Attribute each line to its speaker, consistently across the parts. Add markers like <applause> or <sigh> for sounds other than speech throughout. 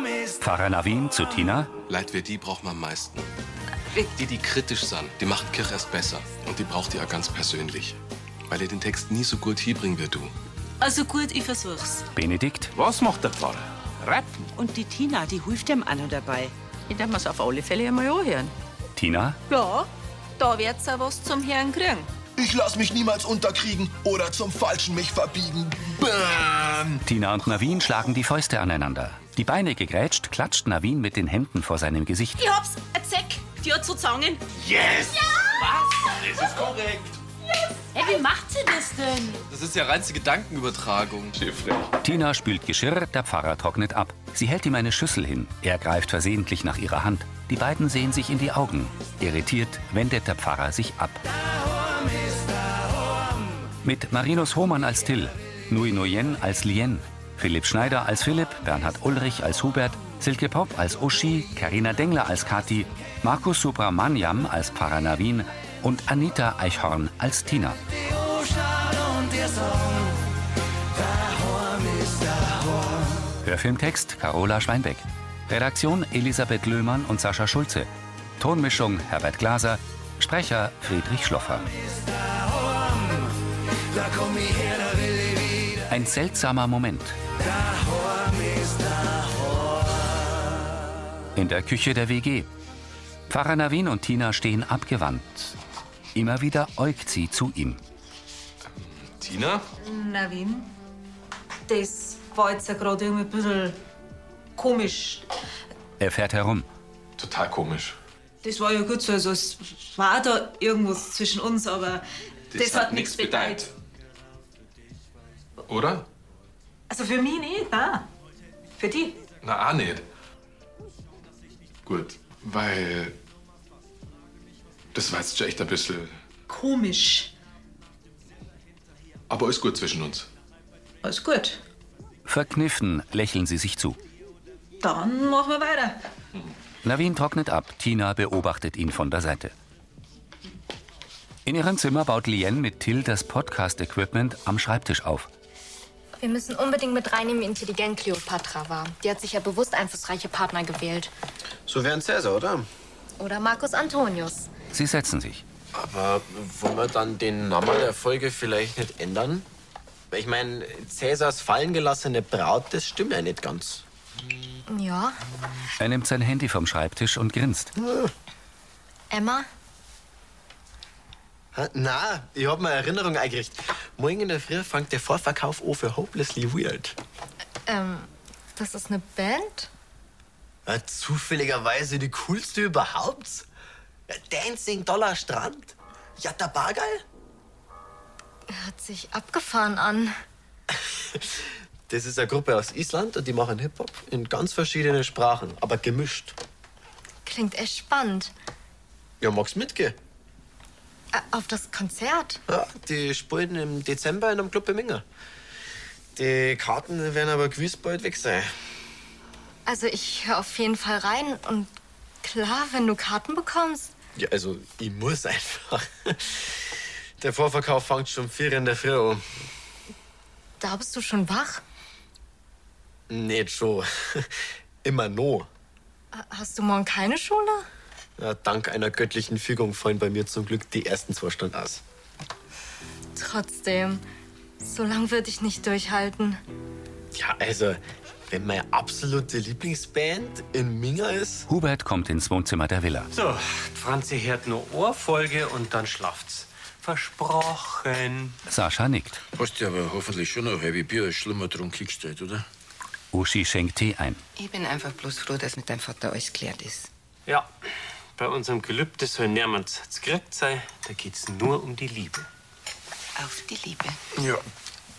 Speaker 1: meisten.
Speaker 2: Pfarrer Navin zu Tina.
Speaker 3: Leid wer die braucht man am meisten. Die, die kritisch sind, die macht Kirche erst besser. Und die braucht ihr auch ganz persönlich. Weil ihr den Text nie so gut hinbringen wie du.
Speaker 1: Also gut, ich versuch's.
Speaker 2: Benedikt.
Speaker 4: Was macht der Pfarrer? Rappen.
Speaker 5: Und die Tina, die hilft dem Anno dabei.
Speaker 6: Ich darf mir's auf alle Fälle einmal anhören.
Speaker 2: Tina.
Speaker 1: Ja, da wird's auch was zum Herrn kriegen.
Speaker 7: Ich lass mich niemals unterkriegen oder zum Falschen mich verbiegen. Bam!
Speaker 2: Tina und Navin schlagen die Fäuste aneinander. Die Beine gegrätscht, klatscht Navin mit den Händen vor seinem Gesicht.
Speaker 1: Ich hab's, ein Zeck, die hat so Zangen.
Speaker 4: Yes! Was? Das ist korrekt.
Speaker 8: Hey, wie macht sie das denn?
Speaker 3: Das ist ja reinste Gedankenübertragung.
Speaker 4: Schiffrecht.
Speaker 2: Tina spült Geschirr, der Pfarrer trocknet ab. Sie hält ihm eine Schüssel hin. Er greift versehentlich nach ihrer Hand. Die beiden sehen sich in die Augen. Irritiert wendet der Pfarrer sich ab. Mit Marinus Hohmann als Till, Nui Nguyen als Lien, Philipp Schneider als Philipp, Bernhard Ulrich als Hubert, Silke Popp als Uschi, Karina Dengler als Kathi, Markus Subramaniam als Pfarrer Navin und Anita Eichhorn als Tina. Hörfilmtext Carola Schweinbeck. Redaktion Elisabeth Löhmann und Sascha Schulze. Tonmischung Herbert Glaser. Sprecher Friedrich Schloffer. Ein seltsamer Moment. In der Küche der WG. Pfarrer Navin und Tina stehen abgewandt. Immer wieder äugt sie zu ihm.
Speaker 3: Tina?
Speaker 1: Navin, das war jetzt ja gerade irgendwie ein bisschen komisch.
Speaker 2: Er fährt herum.
Speaker 4: Total komisch.
Speaker 1: Das war ja gut so, also es war da irgendwas zwischen uns, aber das, hat nichts bedeutet.
Speaker 3: Oder?
Speaker 1: Also für mich nicht, nein. Für die.
Speaker 3: Na, auch nicht. Gut, weil. Das war jetzt schon echt ein bisschen.
Speaker 1: Komisch.
Speaker 3: Aber ist gut zwischen uns.
Speaker 1: Alles gut.
Speaker 2: Verkniffen lächeln sie sich zu.
Speaker 1: Dann machen wir weiter.
Speaker 2: Navin trocknet ab, Tina beobachtet ihn von der Seite. In ihrem Zimmer baut Lien mit Till das Podcast-Equipment am Schreibtisch auf.
Speaker 8: Wir müssen unbedingt mit reinnehmen, wie intelligent Cleopatra war. Die hat sich ja bewusst einflussreiche Partner gewählt.
Speaker 9: So wären Cäsar, oder?
Speaker 8: Oder Marcus Antonius.
Speaker 2: Sie setzen sich.
Speaker 9: Aber wollen wir dann den Namen der Folge vielleicht nicht ändern? Ich meine, Cäsars fallen gelassene Braut, das stimmt ja nicht ganz.
Speaker 8: Ja.
Speaker 2: Er nimmt sein Handy vom Schreibtisch und grinst.
Speaker 8: Emma?
Speaker 9: Hä? Na, ich hab mir Erinnerung eingerichtet. Morgen in der Früh fängt der Vorverkauf an für Hopelessly Weird.
Speaker 8: Ähm, das ist eine Band?
Speaker 9: Ja, zufälligerweise die coolste überhaupt. Ja, Dancing Dollar Strand. Ja, der Bargeil.
Speaker 8: Hört sich abgefahren an.
Speaker 9: Das ist eine Gruppe aus Island und die machen Hip-Hop in ganz verschiedenen Sprachen, aber gemischt.
Speaker 8: Klingt echt spannend.
Speaker 9: Ja, magst mitgehen?
Speaker 8: Ä- auf das Konzert?
Speaker 9: Ja, die spielen im Dezember in einem Club im Inger. Die Karten werden aber gewiss bald weg sein.
Speaker 8: Also ich höre auf jeden Fall rein und klar, wenn du Karten bekommst.
Speaker 9: Ja, also ich muss einfach. <laughs> Der Vorverkauf fängt schon vier in der Früh an.
Speaker 8: Da bist du schon wach?
Speaker 9: Nicht schon. <laughs> Immer no.
Speaker 8: Ha- Äh, Hast du morgen keine Schule?
Speaker 9: Ja, dank einer göttlichen Fügung fallen bei mir zum Glück die ersten zwei Stunden aus.
Speaker 8: Trotzdem, so lang würde ich nicht durchhalten.
Speaker 9: Ja, also, wenn meine absolute Lieblingsband in Minga ist,
Speaker 2: Hubert kommt ins Wohnzimmer der Villa.
Speaker 10: So, Franzi hört nur Ohrfolge und dann schlaft's. Versprochen.
Speaker 2: Sascha nickt.
Speaker 11: Hast dir aber hoffentlich schon noch halbe Bier als schlimmer Trunk hingestellt, oder?
Speaker 2: Uschi schenkt Tee ein.
Speaker 12: Ich bin einfach bloß froh, dass mit deinem Vater alles geklärt ist.
Speaker 10: Ja, bei unserem Gelübde soll niemand z'griegt sein. Da geht's nur um die Liebe.
Speaker 12: Auf die Liebe.
Speaker 11: Ja.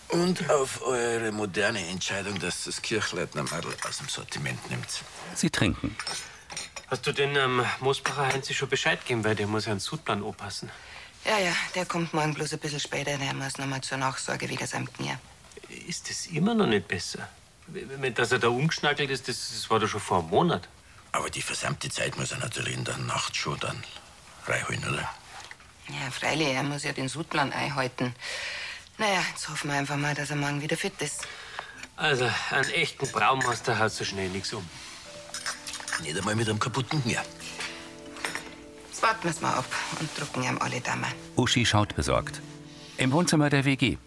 Speaker 11: Und auf eure moderne Entscheidung, dass das Kirchleitner Madel aus dem Sortiment nimmt.
Speaker 2: Sie trinken.
Speaker 10: Hast du denn ähm, Mosbacher Heinz schon Bescheid gegeben, weil der muss ja einen Sudplan anpassen?
Speaker 12: Ja, ja, der kommt morgen bloß ein bisschen später. Der muss nochmal zur Nachsorge wegen seinem Knie.
Speaker 10: Ist das immer noch nicht besser? Wenn- Dass er da umgeschnackelt ist, das, das war doch schon vor einem Monat.
Speaker 11: Aber die versammte Zeit muss er natürlich in der Nacht schon dann reinholen, oder?
Speaker 12: Ja, freilich, er muss ja den Sudplan einhalten. Naja, jetzt hoffen wir einfach mal, dass er morgen wieder fit ist.
Speaker 10: Also, einen echten Braumeister haut so schnell nichts um.
Speaker 11: Nicht einmal mit einem kaputten Knie.
Speaker 12: Jetzt warten wir's mal ab und drucken ihm alle Damen.
Speaker 2: Uschi schaut besorgt. Im Wohnzimmer der WG.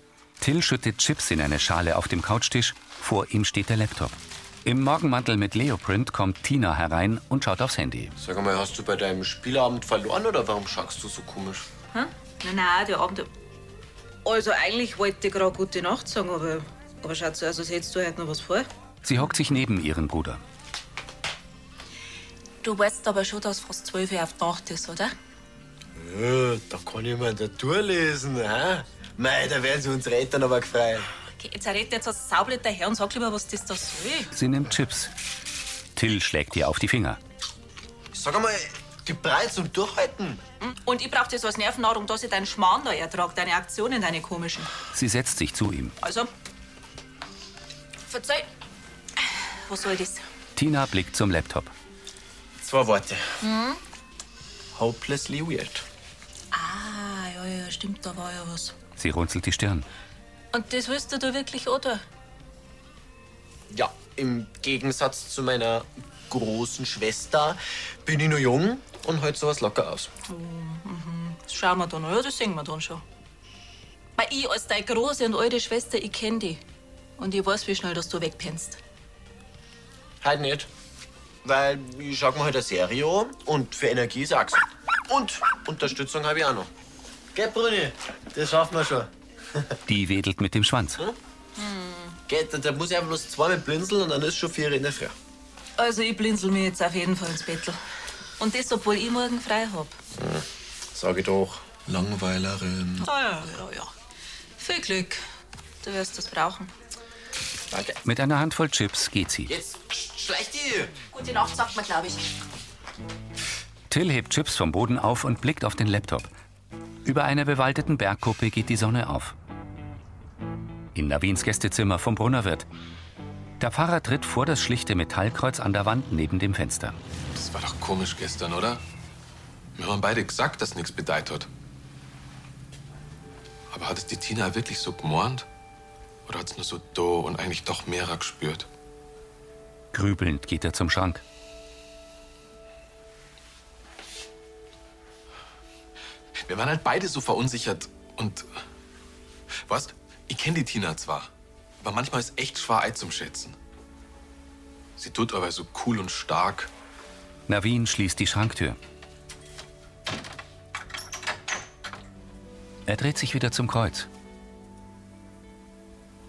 Speaker 2: Till schüttet Chips in eine Schale auf dem Couchtisch. Vor ihm steht der Laptop. Im Morgenmantel mit Leoprint kommt Tina herein und schaut aufs Handy.
Speaker 9: Sag mal, hast du bei deinem Spielabend verloren oder warum schaust du so komisch?
Speaker 1: Hm? Nein, nein, der Abend. Also, eigentlich wollte ich gerade gute Nacht sagen, aber, aber schaut so aus, als hättest du heute noch was vor.
Speaker 2: Sie hockt sich neben ihren Bruder.
Speaker 13: Du weißt aber schon, dass fast zwölf Uhr auf die Nacht ist, oder?
Speaker 9: Ja, da kann ich mal durchlesen, hä? Mei, da werden sie unsere Eltern aber gefreut.
Speaker 13: Okay, jetzt red jetzt als Saublett daher und sag lieber, was das da soll.
Speaker 2: Sie nimmt Chips. Till schlägt ihr auf die Finger.
Speaker 9: Sag einmal, die Preis zum Durchhalten.
Speaker 13: Hm? Und ich brauch das als Nervennahrung, dass ich deinen Schmarrn da ertrag, deine Aktionen, deine komischen.
Speaker 2: Sie setzt sich zu ihm.
Speaker 13: Also, verzeih, was soll das?
Speaker 2: Tina blickt zum Laptop.
Speaker 9: Zwei Worte.
Speaker 13: Hm?
Speaker 9: Hopelessly weird.
Speaker 13: Ah, ja, ja, stimmt, da war ja was.
Speaker 2: Sie runzelt die Stirn.
Speaker 13: Und das willst du da wirklich, oder?
Speaker 9: Ja, im Gegensatz zu meiner großen Schwester bin ich nur jung und halt sowas locker aus.
Speaker 13: Das schauen wir dann, ja, das sehen wir dann schon. Bei ich als deine große und alte Schwester, ich kenn dich. Und ich weiß, wie schnell dass du wegpennst.
Speaker 9: Halt nicht. Weil ich schau mir halt eine Serie an und für Energie ist Axel. Und Unterstützung habe ich auch noch. Gell, Bruni? Das schaffen wir schon.
Speaker 2: Die wedelt mit dem Schwanz.
Speaker 9: Gell, da, da muss ich einfach bloß zweimal blinzeln und dann ist schon vier Uhr in der Früh.
Speaker 13: Also, ich blinzel mir jetzt auf jeden Fall ins Bettel. Und das, obwohl ich morgen frei hab.
Speaker 9: Hm, Sag ich doch. Langweilerin.
Speaker 13: Ah, ja, ja, ja. Viel Glück. Du wirst das brauchen.
Speaker 9: Danke.
Speaker 2: Mit einer Handvoll Chips geht sie.
Speaker 9: Jetzt schleicht die.
Speaker 13: Gute Nacht, sagt man, glaube ich.
Speaker 2: Till hebt Chips vom Boden auf und blickt auf den Laptop. Über einer bewaldeten Bergkuppe geht die Sonne auf. In Navins Gästezimmer vom Brunnerwirt. Der Pfarrer tritt vor das schlichte Metallkreuz an der Wand neben dem Fenster.
Speaker 3: Das war doch komisch gestern, oder? Wir haben beide gesagt, dass nichts bedeutet. Aber hat es die Tina wirklich so gemornt? Oder hat es nur so do und eigentlich doch mehrer gespürt?
Speaker 2: Grübelnd geht er zum Schrank.
Speaker 3: Wir waren halt beide so verunsichert und. Was? Ich kenne die Tina zwar, aber manchmal ist echt schwer ein zum Schätzen. Sie tut aber so cool und stark.
Speaker 2: Navin schließt die Schranktür. Er dreht sich wieder zum Kreuz.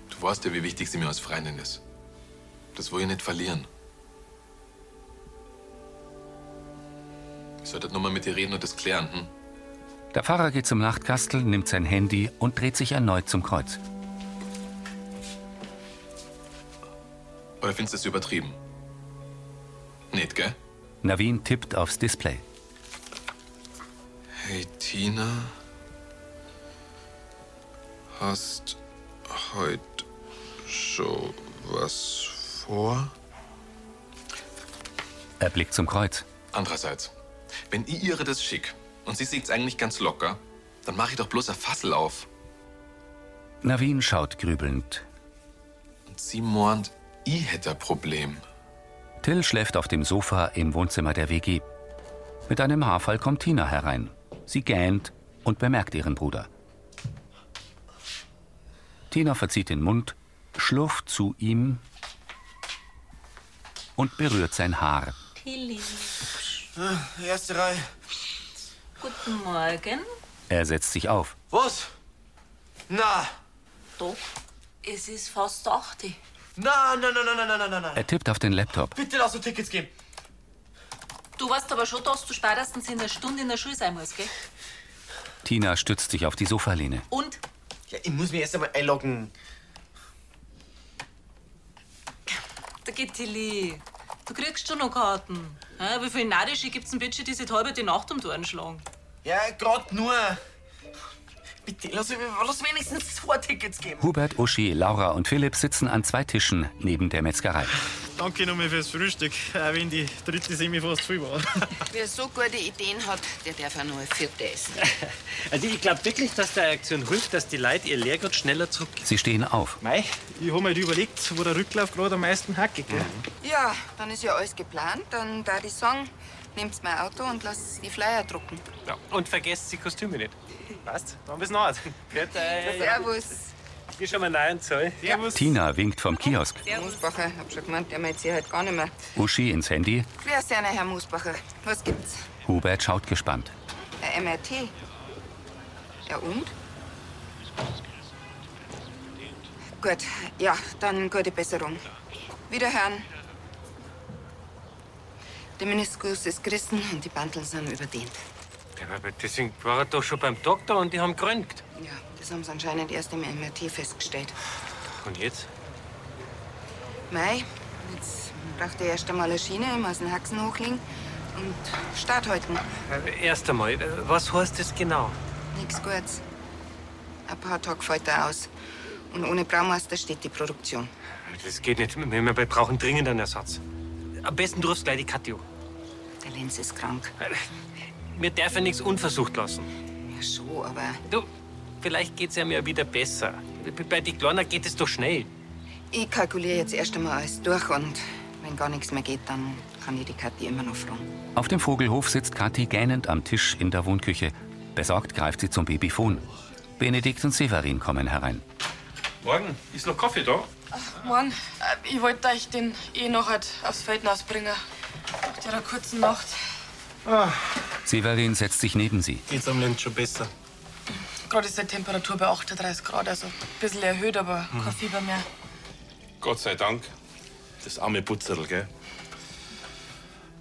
Speaker 3: Du weißt ja, wie wichtig sie mir als Freundin ist. Das will ich nicht verlieren. Ich sollte halt nur mal mit dir reden und das klären, hm?
Speaker 2: Der Pfarrer geht zum Nachtkastel, nimmt sein Handy und dreht sich erneut zum Kreuz.
Speaker 3: Oder findest du es übertrieben? Nicht, gell?
Speaker 2: Navin tippt aufs Display.
Speaker 3: Hey, Tina. Hast heute schon was vor?
Speaker 2: Er blickt zum Kreuz.
Speaker 3: Andererseits, wenn ich ihre das schick und sie sieht's eigentlich ganz locker, dann mache ich doch bloß ein Fassel auf.
Speaker 2: Navin schaut grübelnd.
Speaker 3: Und sie mornt, ich hätte ein Problem.
Speaker 2: Till schläft auf dem Sofa im Wohnzimmer der WG. Mit einem Haarfall kommt Tina herein. Sie gähnt und bemerkt ihren Bruder. Tina verzieht den Mund, schlurft zu ihm und berührt sein Haar.
Speaker 13: Tilly,
Speaker 9: Ah, Erste Reihe.
Speaker 13: guten Morgen.
Speaker 2: Er setzt sich auf.
Speaker 9: Was? Na,
Speaker 13: Doch, es ist fast 8 Uhr.
Speaker 9: na, na, na, na, na, na, na, na, na.
Speaker 2: Er tippt auf den Laptop.
Speaker 9: Bitte lass uns Tickets geben.
Speaker 13: Du weißt aber schon, dass du spätestens in der Stunde in der Schule sein musst, gell?
Speaker 2: Tina stützt sich auf die Sofalehne.
Speaker 13: Und?
Speaker 9: Ja, ich muss mich erst einmal einloggen.
Speaker 13: Da geht Tilly. Du kriegst schon noch Karten. Ja, wie viel Nadische gibt's denn bitte, die sich halbe die Nacht um die Ohren schlagen?
Speaker 9: Ja, gerade nur. Bitte lass, mich- lass wenigstens zwei Tickets geben.
Speaker 2: Hubert, Uschi, Laura und Philipp sitzen an zwei Tischen neben der Metzgerei.
Speaker 14: Danke nochmal fürs Frühstück, auch wenn die dritte Semi fast viel war.
Speaker 12: Wer so gute Ideen hat, der darf auch nur eine vierte essen.
Speaker 15: Also ich glaube wirklich, dass der Aktion hilft, dass die Leute ihr Lehrgut schneller zurück.
Speaker 2: Sie stehen auf.
Speaker 14: Mei, <laughs> ich habe mir halt überlegt, wo der Rücklauf gerade am meisten hackt. gell?
Speaker 12: <laughs>
Speaker 16: Mhm.
Speaker 12: Ja, dann ist ja alles geplant. Dann da ich sagen, nehmt mein Auto und lasst die Flyer drucken.
Speaker 15: Ja. Und vergesst die Kostüme nicht. Passt, dann bis nachher. Gehört
Speaker 12: Servus.
Speaker 15: Hier schon mal nein Zoll. Servus.
Speaker 2: Tina winkt vom Kiosk.
Speaker 12: Herr Musbacher, hab schon gemeint, der meint sie halt gar nicht mehr.
Speaker 2: Uschi ins Handy.
Speaker 12: Grüß dich, Herr Musbacher. Was gibt's?
Speaker 2: Hubert schaut gespannt.
Speaker 12: Ein MRT. Ja und? Gut, ja, dann gute Besserung. Wiederhören. Der Meniskus ist gerissen und die Bandeln sind überdehnt.
Speaker 10: Aber deswegen war er doch schon beim Doktor und die haben geröntgt.
Speaker 12: Ja, das haben sie anscheinend erst im MRT festgestellt.
Speaker 10: Und jetzt?
Speaker 12: Mei, jetzt braucht er erst einmal eine Schiene, muss den Haxen hochlegen und Start halten.
Speaker 10: Erst einmal, äh, was heißt das genau?
Speaker 12: Nichts Gutes. Ein paar Tage fällt er aus. Und ohne Braumeister steht die Produktion.
Speaker 10: Das geht nicht. Wir wir brauchen dringend einen Ersatz. Am besten du rufst gleich die Katja.
Speaker 12: Der Lenz ist krank.
Speaker 10: Äh, Wir dürfen nichts unversucht lassen.
Speaker 12: Ja, schon, aber
Speaker 10: Du, vielleicht geht's ja mir wieder besser. Bei den Kleinen geht es doch schnell.
Speaker 12: ich kalkuliere jetzt erst einmal alles durch und wenn gar nichts mehr geht, dann kann ich die Kathi immer noch fragen.
Speaker 2: Auf dem Vogelhof sitzt Kathi gähnend am Tisch in der Wohnküche. Besorgt greift sie zum Babyfon. Benedikt und Severin kommen herein.
Speaker 17: Morgen, ist noch Kaffee da?
Speaker 18: Mann, äh, ich wollte euch den eh noch halt aufs Feld rausbringen. Nach der kurzen Nacht.
Speaker 2: Severin setzt sich neben sie.
Speaker 14: Geht's am Lenz schon besser.
Speaker 18: Gerade ist die Temperatur bei 38 Grad, also ein bisschen erhöht, aber
Speaker 17: Mhm.
Speaker 18: kein Fieber mehr.
Speaker 17: Gott sei Dank. Das arme Putzerl, gell?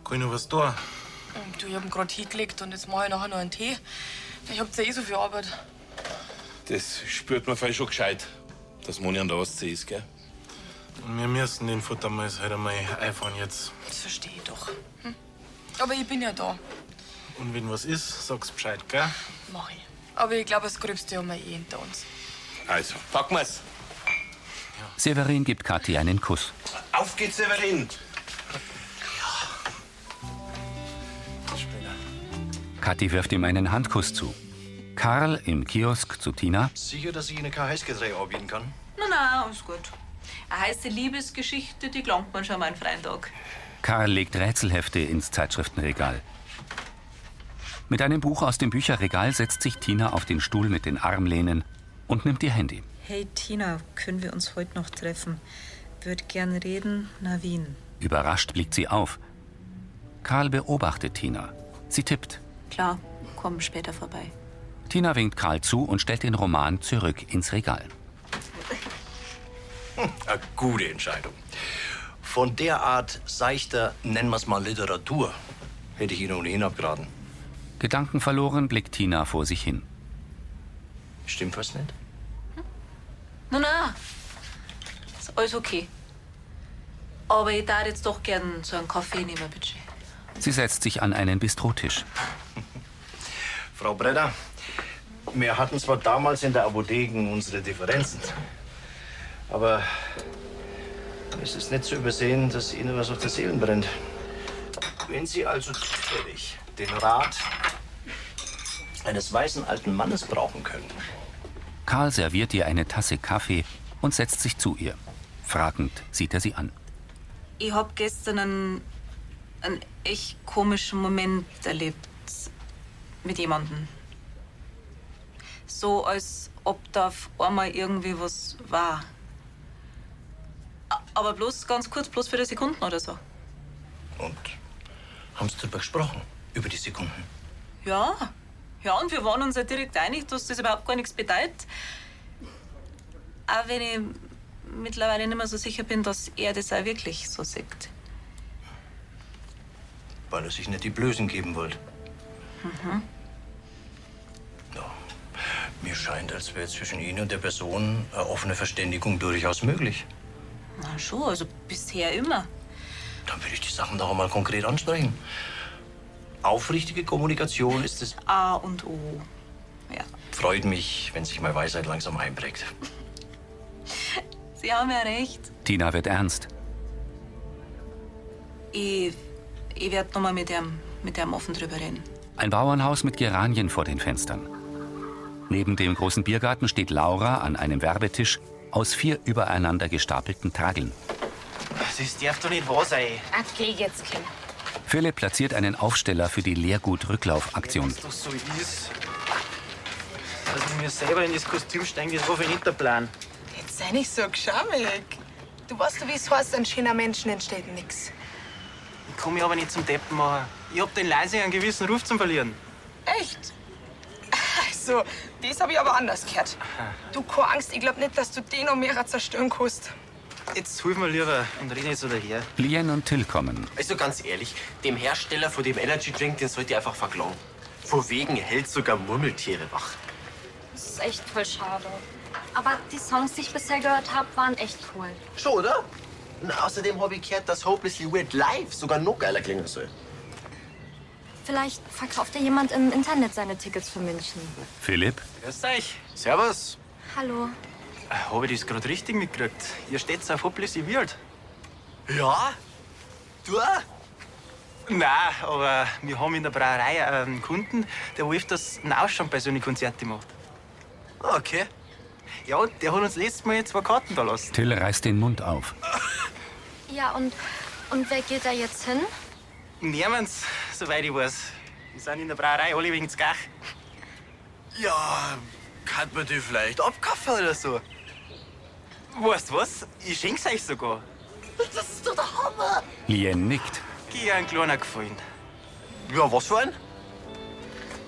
Speaker 14: Kann ich noch was da?
Speaker 18: Ähm, Du, ich hab ihn gerade hingelegt und jetzt mache ich nachher noch einen Tee. Ich hab ja eh so viel Arbeit.
Speaker 17: Das spürt man vielleicht schon gescheit, dass Moni an der Ostsee ist, gell?
Speaker 14: Wir müssen den Futtermais heute mal einfahren jetzt.
Speaker 18: Das verstehe ich doch. Hm? Aber ich bin ja da.
Speaker 14: Und wenn was ist, sag's Bescheid, gell?
Speaker 18: Mach ich. Aber ich glaube, das Gröbste haben wir eh hinter uns.
Speaker 17: Also, packen wir's.
Speaker 2: Severin gibt Kathi einen Kuss.
Speaker 9: Auf geht's, Severin.
Speaker 2: Kathi wirft ihm einen Handkuss zu. Karl im Kiosk zu Tina.
Speaker 19: Sicher, dass ich Ihnen kein Heißgetränk anbieten kann?
Speaker 13: Na, na, alles gut. Eine heiße Liebesgeschichte, die gelangt man schon mal einen freien Tag.
Speaker 2: Karl legt Rätselhefte ins Zeitschriftenregal. Mit einem Buch aus dem Bücherregal setzt sich Tina auf den Stuhl mit den Armlehnen und nimmt ihr Handy.
Speaker 1: Hey Tina, können wir uns heute noch treffen? Würde gern reden, na Wien.
Speaker 2: Überrascht blickt sie auf. Karl beobachtet Tina. Sie tippt.
Speaker 13: Klar, kommen später vorbei.
Speaker 2: Tina winkt Karl zu und stellt den Roman zurück ins Regal.
Speaker 19: Eine gute Entscheidung. Von der Art seichter, nennen wir es mal Literatur, hätte ich Ihnen ohnehin abgeraten.
Speaker 2: Gedankenverloren blickt Tina vor sich hin.
Speaker 19: Stimmt was nicht?
Speaker 13: Na, na, ist alles okay. Aber ich darf jetzt doch gern so einen Kaffee nehmen, bitte.
Speaker 2: Sie setzt sich an einen Bistrotisch.
Speaker 19: Frau Brenner, wir hatten zwar damals in der Apotheke unsere Differenzen, aber es ist nicht zu übersehen, dass Ihnen was auf der Seele brennt. Wenn Sie also zufällig den Rat eines weißen alten Mannes brauchen können,
Speaker 2: Karl serviert ihr eine Tasse Kaffee und setzt sich zu ihr. Fragend sieht er sie an.
Speaker 13: Ich hab gestern einen, einen echt komischen Moment erlebt mit jemandem. So als ob da auf einmal irgendwie was war. A- Aber bloß ganz kurz, bloß für die Sekunden oder so.
Speaker 19: haben Sie darüber gesprochen, über die Sekunden.
Speaker 13: Ja, ja, und wir waren uns ja direkt einig, dass das überhaupt gar nichts bedeutet. Auch wenn ich mittlerweile nicht mehr so sicher bin, dass er das auch wirklich so sieht.
Speaker 19: Weil er sich nicht die Blößen geben wollte.
Speaker 13: Mhm.
Speaker 19: Mir scheint, als wäre zwischen Ihnen und der Person eine offene Verständigung durchaus möglich.
Speaker 13: Na schon, also bisher immer.
Speaker 19: Dann würde ich die Sachen doch einmal konkret ansprechen. Aufrichtige Kommunikation ist es.
Speaker 13: A und O.
Speaker 19: Freut mich, wenn sich meine Weisheit langsam einprägt.
Speaker 13: Sie haben ja recht.
Speaker 2: Tina wird ernst.
Speaker 13: Ich, ich werd nochmal mit dem, mit dem offen drüber reden.
Speaker 2: Ein Bauernhaus mit Geranien vor den Fenstern. Neben dem großen Biergarten steht Laura an einem Werbetisch aus vier übereinander gestapelten Trageln.
Speaker 9: Das darf doch nicht wahr sein.
Speaker 18: Ah,
Speaker 8: Okay, jetzt, Kind.
Speaker 2: Philipp platziert einen Aufsteller für die Leergut-Rücklaufaktion.
Speaker 9: Das so ist.
Speaker 16: Dass ich mir Also selber in das Kostüm steige, das war für nicht der Plan.
Speaker 18: Jetzt sei nicht so geschammig. Du weißt doch, wie es heißt, an schöner Menschen entsteht nichts.
Speaker 16: Ich kann mich aber nicht zum Deppen machen. Ich hab den Leising einen gewissen Ruf zum Verlieren.
Speaker 18: Echt? Also, das habe ich aber anders gehört. Du, keine Angst, ich glaub nicht, dass du den noch mehr zerstören kannst.
Speaker 16: Jetzt hilf mir lieber und rede nicht so daher.
Speaker 2: Lien und Till kommen.
Speaker 9: Also ganz ehrlich, dem Hersteller von dem Energy Drink, den sollt ihr einfach verklagen. Vor wegen hält sogar Murmeltiere wach.
Speaker 8: Das ist echt voll schade. Aber die Songs, die ich bisher gehört habe, waren echt cool.
Speaker 9: Schon, oder? Und außerdem habe ich gehört, dass Hopelessly Weird Live sogar noch geiler klingen soll.
Speaker 8: Vielleicht verkauft ja jemand im Internet seine Tickets für München.
Speaker 2: Philipp,
Speaker 16: Grüß euch. Servus.
Speaker 8: Hallo.
Speaker 16: Habe ich das gerade richtig mitgekriegt? Ihr steht auf Hopelessly Weird.
Speaker 9: Ja? Du?
Speaker 16: Nein, aber wir haben in der Brauerei einen Kunden, der wo öfters einen Ausschank bei so einem Konzerte macht. Okay. Ja, und der hat uns letztes Mal zwei Karten da lassen.
Speaker 2: Till reißt den Mund auf.
Speaker 8: Ja, und, und wer geht da jetzt hin?
Speaker 16: Nehmen's, soweit ich weiß. Wir sind in der Brauerei alle wegen Zgach. Ja, kann man die vielleicht abkaufen oder so? Weißt du was? Ich schenk's euch sogar.
Speaker 9: Das ist doch der Hammer!
Speaker 2: Lien nickt.
Speaker 16: Geh einen kleinen Gefallen.
Speaker 9: Ja, was für ein?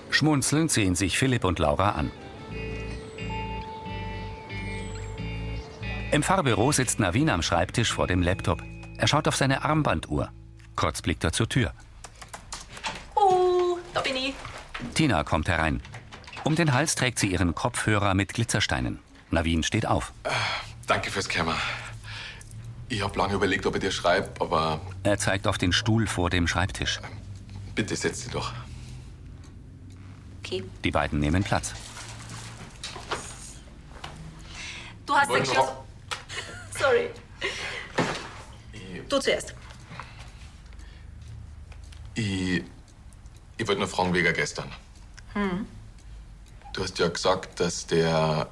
Speaker 2: Schmunzelnd sehen sich Philipp und Laura an. Im Fahrbüro sitzt Navin am Schreibtisch vor dem Laptop. Er schaut auf seine Armbanduhr. Kurz blickt er zur Tür.
Speaker 13: Oh, da bin ich.
Speaker 2: Tina kommt herein. Um den Hals trägt sie ihren Kopfhörer mit Glitzersteinen. Navin steht auf.
Speaker 3: Danke fürs Kämmer. Ich habe lange überlegt, ob ich dir schreibe, aber
Speaker 2: Er zeigt auf den Stuhl vor dem Schreibtisch.
Speaker 3: bitte setz dich doch.
Speaker 13: Okay.
Speaker 2: Die beiden nehmen Platz.
Speaker 13: Du hast ja
Speaker 3: Wollen wir
Speaker 13: geschlossen. <laughs> Sorry. Du zuerst.
Speaker 3: Ich, ich wollte nur fragen wegen gestern.
Speaker 13: Hm.
Speaker 3: Du hast ja gesagt, dass der.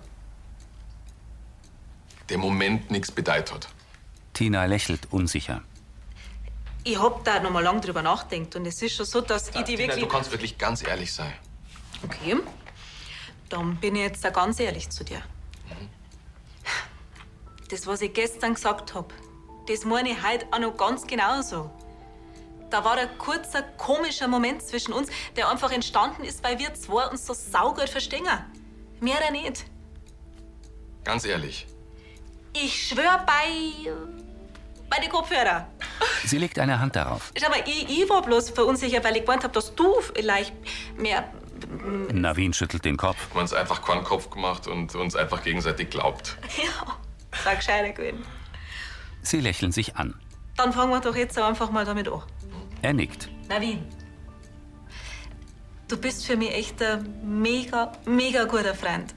Speaker 3: der Moment nichts bedeutet hat.
Speaker 2: Tina lächelt unsicher.
Speaker 13: Ich hab da noch mal lang drüber nachgedacht und es ist schon so, dass ich die
Speaker 3: Tina,
Speaker 13: wirklich.
Speaker 3: du kannst wirklich ganz ehrlich sein.
Speaker 13: Okay. Dann bin ich jetzt da ganz ehrlich zu dir. Das, was ich gestern gesagt hab, das meine ich heute auch noch ganz genauso. Da war ein kurzer, komischer Moment zwischen uns, der einfach entstanden ist, weil wir zwei uns so saugut verstehen. Mehr oder nicht.
Speaker 3: Ganz ehrlich.
Speaker 13: Ich schwör bei. bei den Kopfhörer.
Speaker 2: Sie legt eine Hand darauf.
Speaker 13: Schau mal, ich, ich war bloß verunsichert, weil ich gemeint hab, dass du vielleicht mehr <laughs>
Speaker 2: Navin schüttelt den Kopf.
Speaker 3: Wir haben uns einfach keinen Kopf gemacht und uns einfach gegenseitig glaubt.
Speaker 13: Ja, sag gescheiter gewesen.
Speaker 2: Sie lächeln sich an.
Speaker 13: Dann fangen wir doch jetzt einfach mal damit an.
Speaker 2: Er nickt.
Speaker 13: Navin, du bist für mich echt ein mega, mega guter Freund.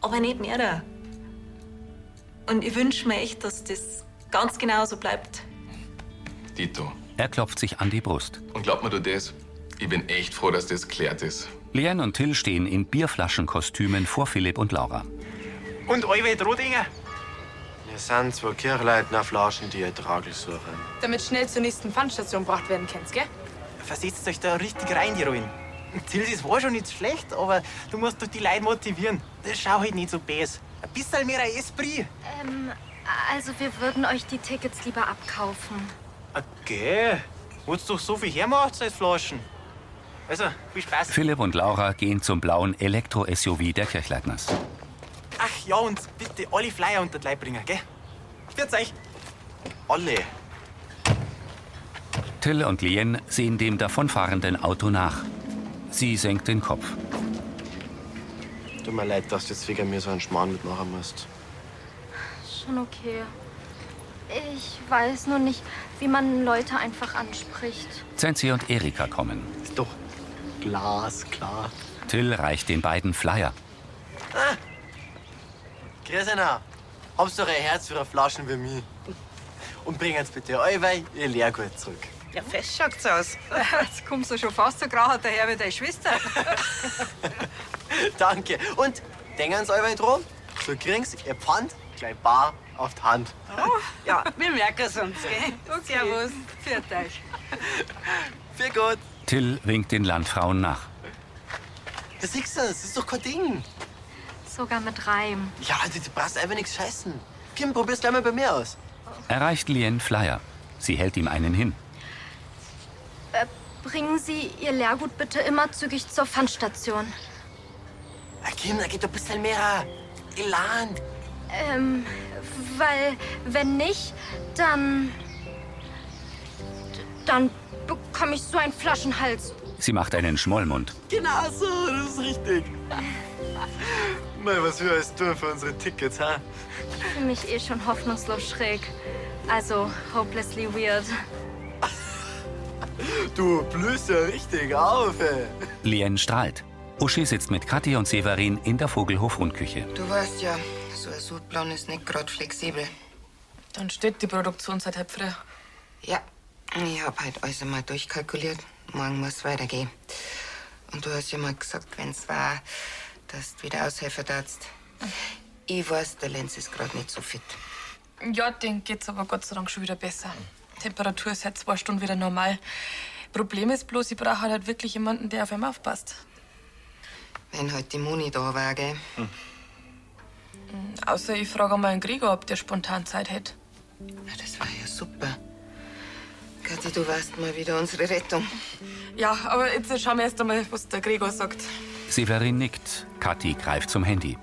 Speaker 13: Aber nicht mehr. Und ich wünsche mir echt, dass das ganz genauso bleibt.
Speaker 3: Dito.
Speaker 2: Er klopft sich an die Brust.
Speaker 3: Und glaub mir du das? Ich bin echt froh, dass das geklärt ist.
Speaker 2: Leon und Till stehen in Bierflaschenkostümen vor Philipp und Laura.
Speaker 16: Und Euwe Drodinger?
Speaker 9: Wir sind zwei Kirchleitner Flaschen, die ihr Tragel suchen.
Speaker 18: Damit schnell zur nächsten Pfandstation gebracht werden kannst, gell?
Speaker 16: Versetzt euch da richtig rein, die Ruin. Till, das war schon nicht schlecht, aber du musst doch die Leute motivieren. Das schau halt nicht so bäs. Ein bisschen mehr ein Esprit.
Speaker 8: Ähm, also wir würden euch die Tickets lieber abkaufen.
Speaker 16: Okay. Wollt's doch so viel hermacht als Flaschen. Also, viel Spaß.
Speaker 2: Philipp und Laura gehen zum blauen Elektro-SUV der Kirchleitners.
Speaker 16: Ach ja, und bitte alle Flyer unter die Leute bringen, gell? Wird's euch. Alle.
Speaker 2: Till und Lien sehen dem davonfahrenden Auto nach. Sie senkt den Kopf.
Speaker 9: Tut mir leid, dass du jetzt wegen mir so einen Schmarrn mitmachen musst.
Speaker 8: Schon okay. Ich weiß nur nicht, wie man Leute einfach anspricht.
Speaker 2: Zenzi und Erika kommen.
Speaker 9: Ist doch glasklar.
Speaker 2: Till reicht den beiden Flyer.
Speaker 9: Ah. Grüß einer. Habt ihr ein Herz für eine Flaschen wie mich? und bringt bitte euer, ihr Lehrgut zurück. <laughs>
Speaker 5: Ja, fest schaut's
Speaker 13: <laughs>
Speaker 5: aus. Jetzt kommst du schon fast so grau daher wie deine Schwester.
Speaker 9: Danke. Und denken Sie euch drum, so kriegen's ihr Pfand gleich bar auf die Hand.
Speaker 5: ja, <laughs> wir merken es uns, gell? Servus. Pfiat euch.
Speaker 9: <laughs> Viel gut.
Speaker 2: Till winkt den Landfrauen nach.
Speaker 9: Das siehst du, das ist doch kein Ding.
Speaker 8: Sogar mit Reim.
Speaker 9: Ja, du, du brauchst einfach nichts scheißen. Kim, probier's gleich mal bei mir aus.
Speaker 2: Erreicht Lien Flyer. Sie hält ihm einen hin.
Speaker 8: Äh, bringen Sie Ihr Lehrgut bitte immer zügig zur Pfandstation.
Speaker 9: Ah, Kim, da geht doch ein bisschen mehr Elan.
Speaker 8: Ähm, weil wenn nicht, dann... Dann bekomme ich so einen Flaschenhals.
Speaker 2: Sie macht einen Schmollmund.
Speaker 9: Genau so, das ist richtig. Mal, was wir alles tun für unsere Tickets, ha?
Speaker 8: Ich fühle mich eh schon hoffnungslos schräg. Also hopelessly weird.
Speaker 9: Du blühst ja richtig auf, ey.
Speaker 2: Lien strahlt. Uschi sitzt mit Kathi und Severin in der Vogelhof-Rundküche.
Speaker 12: Du weißt ja, so ein Sudplan ist nicht gerade flexibel.
Speaker 18: Dann steht die Produktion seit halb früh.
Speaker 12: Ja, ich hab halt alles einmal durchkalkuliert. Morgen muss weitergehen. Und du hast ja mal gesagt, wenn's war, dass du wieder aushelfen darfst. Ich weiß, der Lenz ist gerade nicht so fit.
Speaker 18: Ja, den geht's aber Gott sei Dank schon wieder besser. Temperatur ist seit zwei Stunden wieder normal. Problem ist bloß, ich brauche halt wirklich jemanden, der auf ihn aufpasst.
Speaker 12: Wenn heute die Moni da war, gell?
Speaker 6: Hm.
Speaker 18: Außer ich frage mal einen Gregor, ob der spontan Zeit hätte.
Speaker 12: Das war ja super. Kathi, du warst mal wieder unsere Rettung.
Speaker 18: Ja, aber jetzt schauen wir erst einmal, was der Gregor sagt.
Speaker 2: Severin nickt. Kathi greift zum Handy.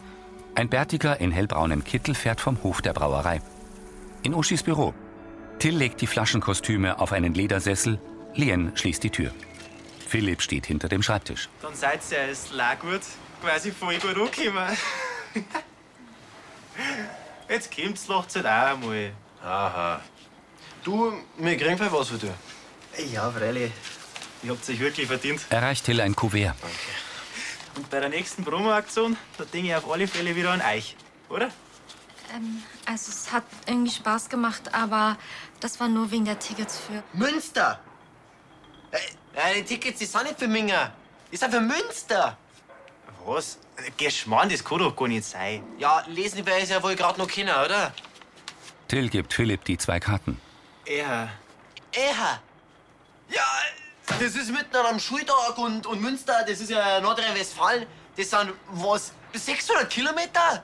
Speaker 2: Ein Bärtiger in hellbraunem Kittel fährt vom Hof der Brauerei. In Uschis Büro. Till legt die Flaschenkostüme auf einen Ledersessel. Lien schließt die Tür. Philipp steht hinter dem Schreibtisch.
Speaker 16: Dann seid ihr als Lagut quasi voll gut
Speaker 9: <laughs>
Speaker 16: angekommen. Jetzt kommt's, lacht's halt auch einmal.
Speaker 9: Aha. Du, wir kriegen vielleicht was für dich.
Speaker 16: Ja, freilich. Ihr habt's euch wirklich verdient.
Speaker 2: Erreicht Till ein Kuvert.
Speaker 16: Und bei der nächsten Promo-Aktion, da denke ich auf alle Fälle wieder an euch, oder?
Speaker 8: Ähm, also es hat irgendwie Spaß gemacht, aber das war nur wegen der Tickets für...
Speaker 9: Münster! Äh, die Tickets, die sind nicht für Minger. Die sind für Münster.
Speaker 16: Was?
Speaker 9: Äh,
Speaker 16: Geschmarrn, das kann doch gar nicht sein.
Speaker 9: Ja, lesen wir es ja wohl gerade noch Kinder, oder?
Speaker 2: Till gibt Philipp die zwei Karten.
Speaker 16: Ja.
Speaker 9: Eher. Ja, das ist mitten am Schultag und, und Münster, das ist ja Nordrhein-Westfalen. Das sind, was, 600 Kilometer?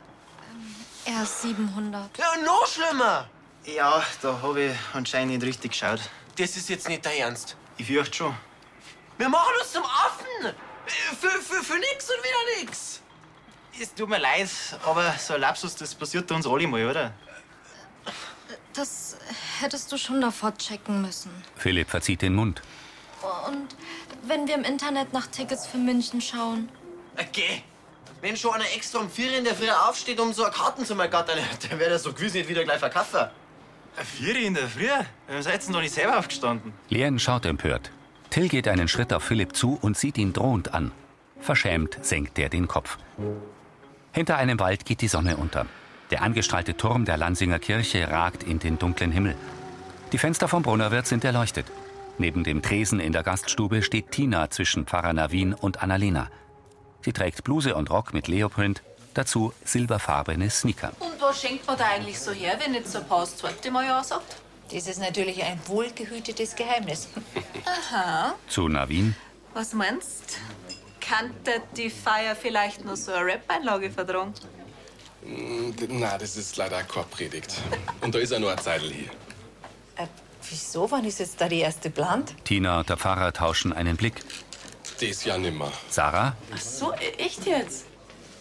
Speaker 8: Erst 700.
Speaker 9: Ja, noch schlimmer.
Speaker 16: Ja, da habe ich anscheinend nicht richtig geschaut.
Speaker 9: Das ist jetzt nicht dein Ernst.
Speaker 16: Ich fürchte schon.
Speaker 9: Wir machen uns zum Affen. Äh, Für, für, für nix und wieder nix.
Speaker 16: Es tut mir leid, aber so ein Lapsus, das passiert uns alle mal, oder?
Speaker 8: Das hättest du schon davor checken müssen.
Speaker 2: Philipp verzieht den Mund.
Speaker 8: Und wenn wir im Internet nach Tickets für München schauen.
Speaker 9: Okay. Wenn schon einer extra um 4 in der Früh aufsteht, um so eine Karten zu ergattern, dann wäre das so gewiss nicht wieder gleich verkaufen.
Speaker 16: Vier in der Früh? Warum seid ihr denn doch nicht selber aufgestanden?
Speaker 2: Lien schaut empört. Till geht einen Schritt auf Philipp zu und sieht ihn drohend an. Verschämt senkt er den Kopf. Hinter einem Wald geht die Sonne unter. Der angestrahlte Turm der Lansinger Kirche ragt in den dunklen Himmel. Die Fenster vom Brunnerwirt sind erleuchtet. Neben dem Tresen in der Gaststube steht Tina zwischen Pfarrer Navin und Annalena. Sie trägt Bluse und Rock mit Leoprint, dazu silberfarbene Sneaker.
Speaker 13: Und was schenkt man da eigentlich so her, wenn jetzt so ein Paar das zweite Mal ja sagt? Das ist natürlich ein wohlgehütetes Geheimnis. Aha.
Speaker 2: Zu Navin.
Speaker 13: Was meinst? Kann der die Feier vielleicht nur so eine Rap-Einlage vertragen?
Speaker 4: Mm, d- Na, das ist leider keine Predigt. Und da ist ja nur ein Zeidel hier.
Speaker 20: Wieso? Wann ist jetzt da die erste Plant?
Speaker 2: Tina und der Pfarrer tauschen einen Blick.
Speaker 4: Das ja nimmer.
Speaker 2: Sarah?
Speaker 13: Ach so, e- echt jetzt?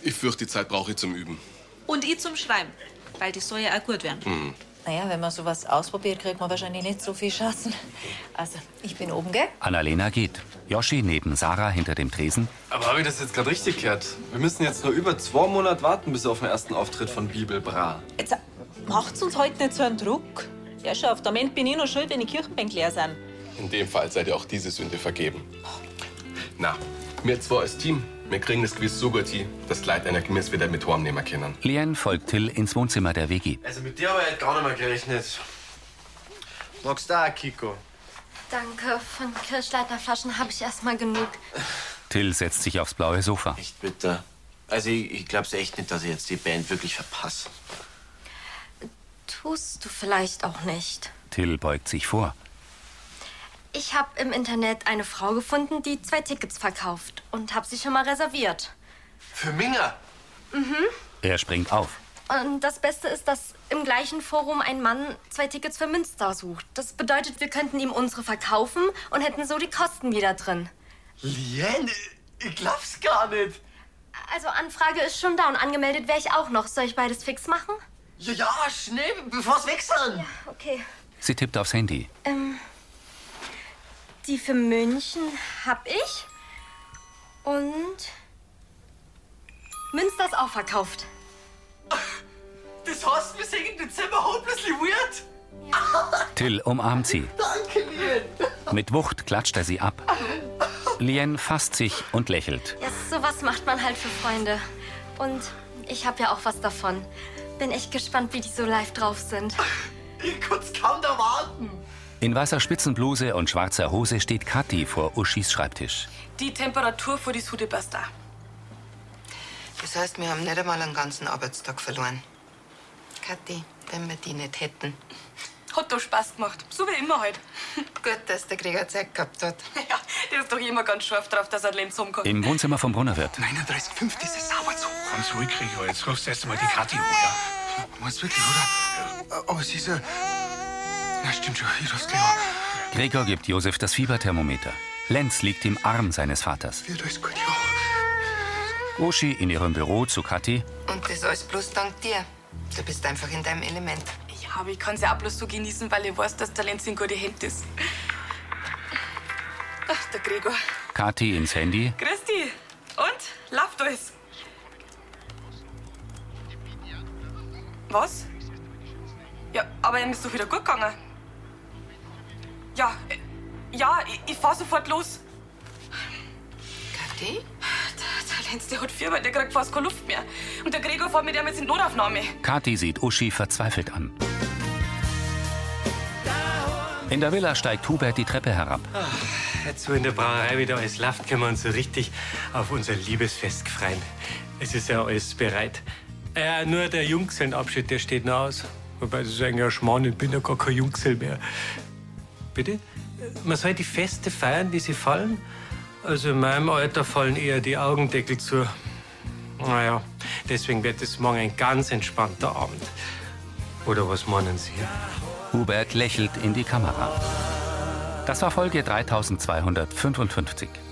Speaker 4: Ich fürchte, die Zeit brauche ich zum Üben.
Speaker 13: Und ich zum Schreiben, weil die soll ja auch gut werden.
Speaker 4: Hm.
Speaker 20: Naja, wenn man sowas ausprobiert, kriegt man wahrscheinlich nicht so viel Chancen. Also, ich bin oben, gell?
Speaker 2: Annalena geht. Yoshi neben Sarah hinter dem Tresen.
Speaker 21: Aber habe ich das jetzt gerade richtig gehört? Wir müssen jetzt nur über zwei Monate warten, bis auf den ersten Auftritt von Bibel Bra.
Speaker 20: äh,
Speaker 13: Jetzt macht's uns heute nicht so einen Druck. Ja, schau, auf der Moment bin ich noch schuld, wenn die Kirchenbänke leer sind.
Speaker 4: In dem Fall seid ihr auch diese Sünde vergeben. Na, wir zwei als Team, wir kriegen das Quiz so gut hin, dass die Leute einer Gemiss wieder mit heimnehmen können.
Speaker 2: Lien folgt Till ins Wohnzimmer der WG.
Speaker 9: Also mit dir habe ich halt gar nicht mehr gerechnet. Magst du auch, Kiko?
Speaker 8: Danke, von Kirchleitner Flaschen habe ich erstmal genug.
Speaker 2: Till setzt sich aufs blaue Sofa. Echt
Speaker 9: bitter. Also, ich, ich glaub's echt nicht, dass ich jetzt die Band wirklich verpasse.
Speaker 8: Tust du vielleicht auch nicht.
Speaker 2: Till beugt sich vor.
Speaker 8: Ich habe im Internet eine Frau gefunden, die zwei Tickets verkauft und habe sie schon mal reserviert.
Speaker 9: Für Minga?
Speaker 8: Mhm.
Speaker 2: Er springt auf.
Speaker 8: Und das Beste ist, dass im gleichen Forum ein Mann zwei Tickets für Münster sucht. Das bedeutet, wir könnten ihm unsere verkaufen und hätten so die Kosten wieder drin.
Speaker 9: Lien, ich glaub's gar nicht.
Speaker 8: Also Anfrage ist schon da und angemeldet wäre ich auch noch. Soll ich beides fix machen?
Speaker 9: Ja, ja, schnell, bevor's wechseln.
Speaker 8: Ja, okay.
Speaker 2: Sie tippt aufs Handy.
Speaker 8: Ähm, die für München hab ich. Und Münster ist auch verkauft.
Speaker 9: Das heißt, wir sind im Dezember hopelessly weird.
Speaker 2: Till umarmt sie.
Speaker 9: <laughs> Danke, Lien.
Speaker 2: Mit Wucht klatscht er sie ab. Lien fasst sich und lächelt.
Speaker 8: Ja, sowas macht man halt für Freunde. Und ich hab ja auch was davon. Bin echt gespannt, wie die so live drauf sind.
Speaker 9: Ich kann's kaum erwarten.
Speaker 2: In weißer Spitzenbluse und schwarzer Hose steht Kathi vor Uschis Schreibtisch.
Speaker 18: Die Temperatur für die Sudebasta.
Speaker 12: Das heißt, wir haben nicht einmal einen ganzen Arbeitstag verloren. Kathi, wenn wir die nicht hätten.
Speaker 18: Hat doch Spaß gemacht. So wie immer <laughs> heute.
Speaker 12: Gut, dass der Gregor Zeit gehabt hat.
Speaker 18: <laughs> Ja, der ist doch immer ganz scharf drauf, dass er Lenz umkommt.
Speaker 2: Im Wohnzimmer vom Brunnerwirt.
Speaker 18: 39,5, das ist sauber zu.
Speaker 6: Ganz ruhig, Gregor. Jetzt rufst du erst mal die Kathi an, ja? Muss wirklich, oder? Aber sie ist ja. Na, stimmt schon. Ich ruf's gleich an.
Speaker 2: Gregor gibt Josef das Fieberthermometer. Lenz liegt im Arm seines Vaters.
Speaker 6: Wird alles gut, ja.
Speaker 2: Uschi in ihrem Büro zu Kathi.
Speaker 12: Und das alles bloß dank dir. Du bist einfach in deinem Element.
Speaker 18: Ja, aber ich kann's ja auch bloß so genießen, weil ich weiß, dass der Lenz in gute Hände ist. Ach, der Gregor.
Speaker 2: Kathi ins Handy.
Speaker 18: Christi, und? Lauft alles? Was? Ja, aber ihm ist doch wieder gut gegangen. Ja, äh, ja, ich, ich fahr sofort los.
Speaker 12: Kathi?
Speaker 18: Der, der Lenz, der hat viermal, der kriegt fast keine Luft mehr. Und der Gregor fährt mit ihm jetzt in die Notaufnahme.
Speaker 2: Kathi sieht Uschi verzweifelt an. In der Villa steigt Hubert die Treppe herab.
Speaker 10: Jetzt, wo in der Brauerei wieder alles läuft, können wir uns so richtig auf unser Liebesfest freuen. Es ist ja alles bereit. Äh, nur der Jungselnabschied, der steht noch aus. Wobei Sie sagen, ja, Schmarrn, ich bin ja gar kein Jungsel mehr. Bitte? Äh, Man soll die Feste feiern, wie sie fallen. Also in meinem Alter fallen eher die Augendeckel zu. Naja, deswegen wird es morgen ein ganz entspannter Abend. Oder was meinen Sie?
Speaker 2: Hubert lächelt in die Kamera. Das war Folge 3255.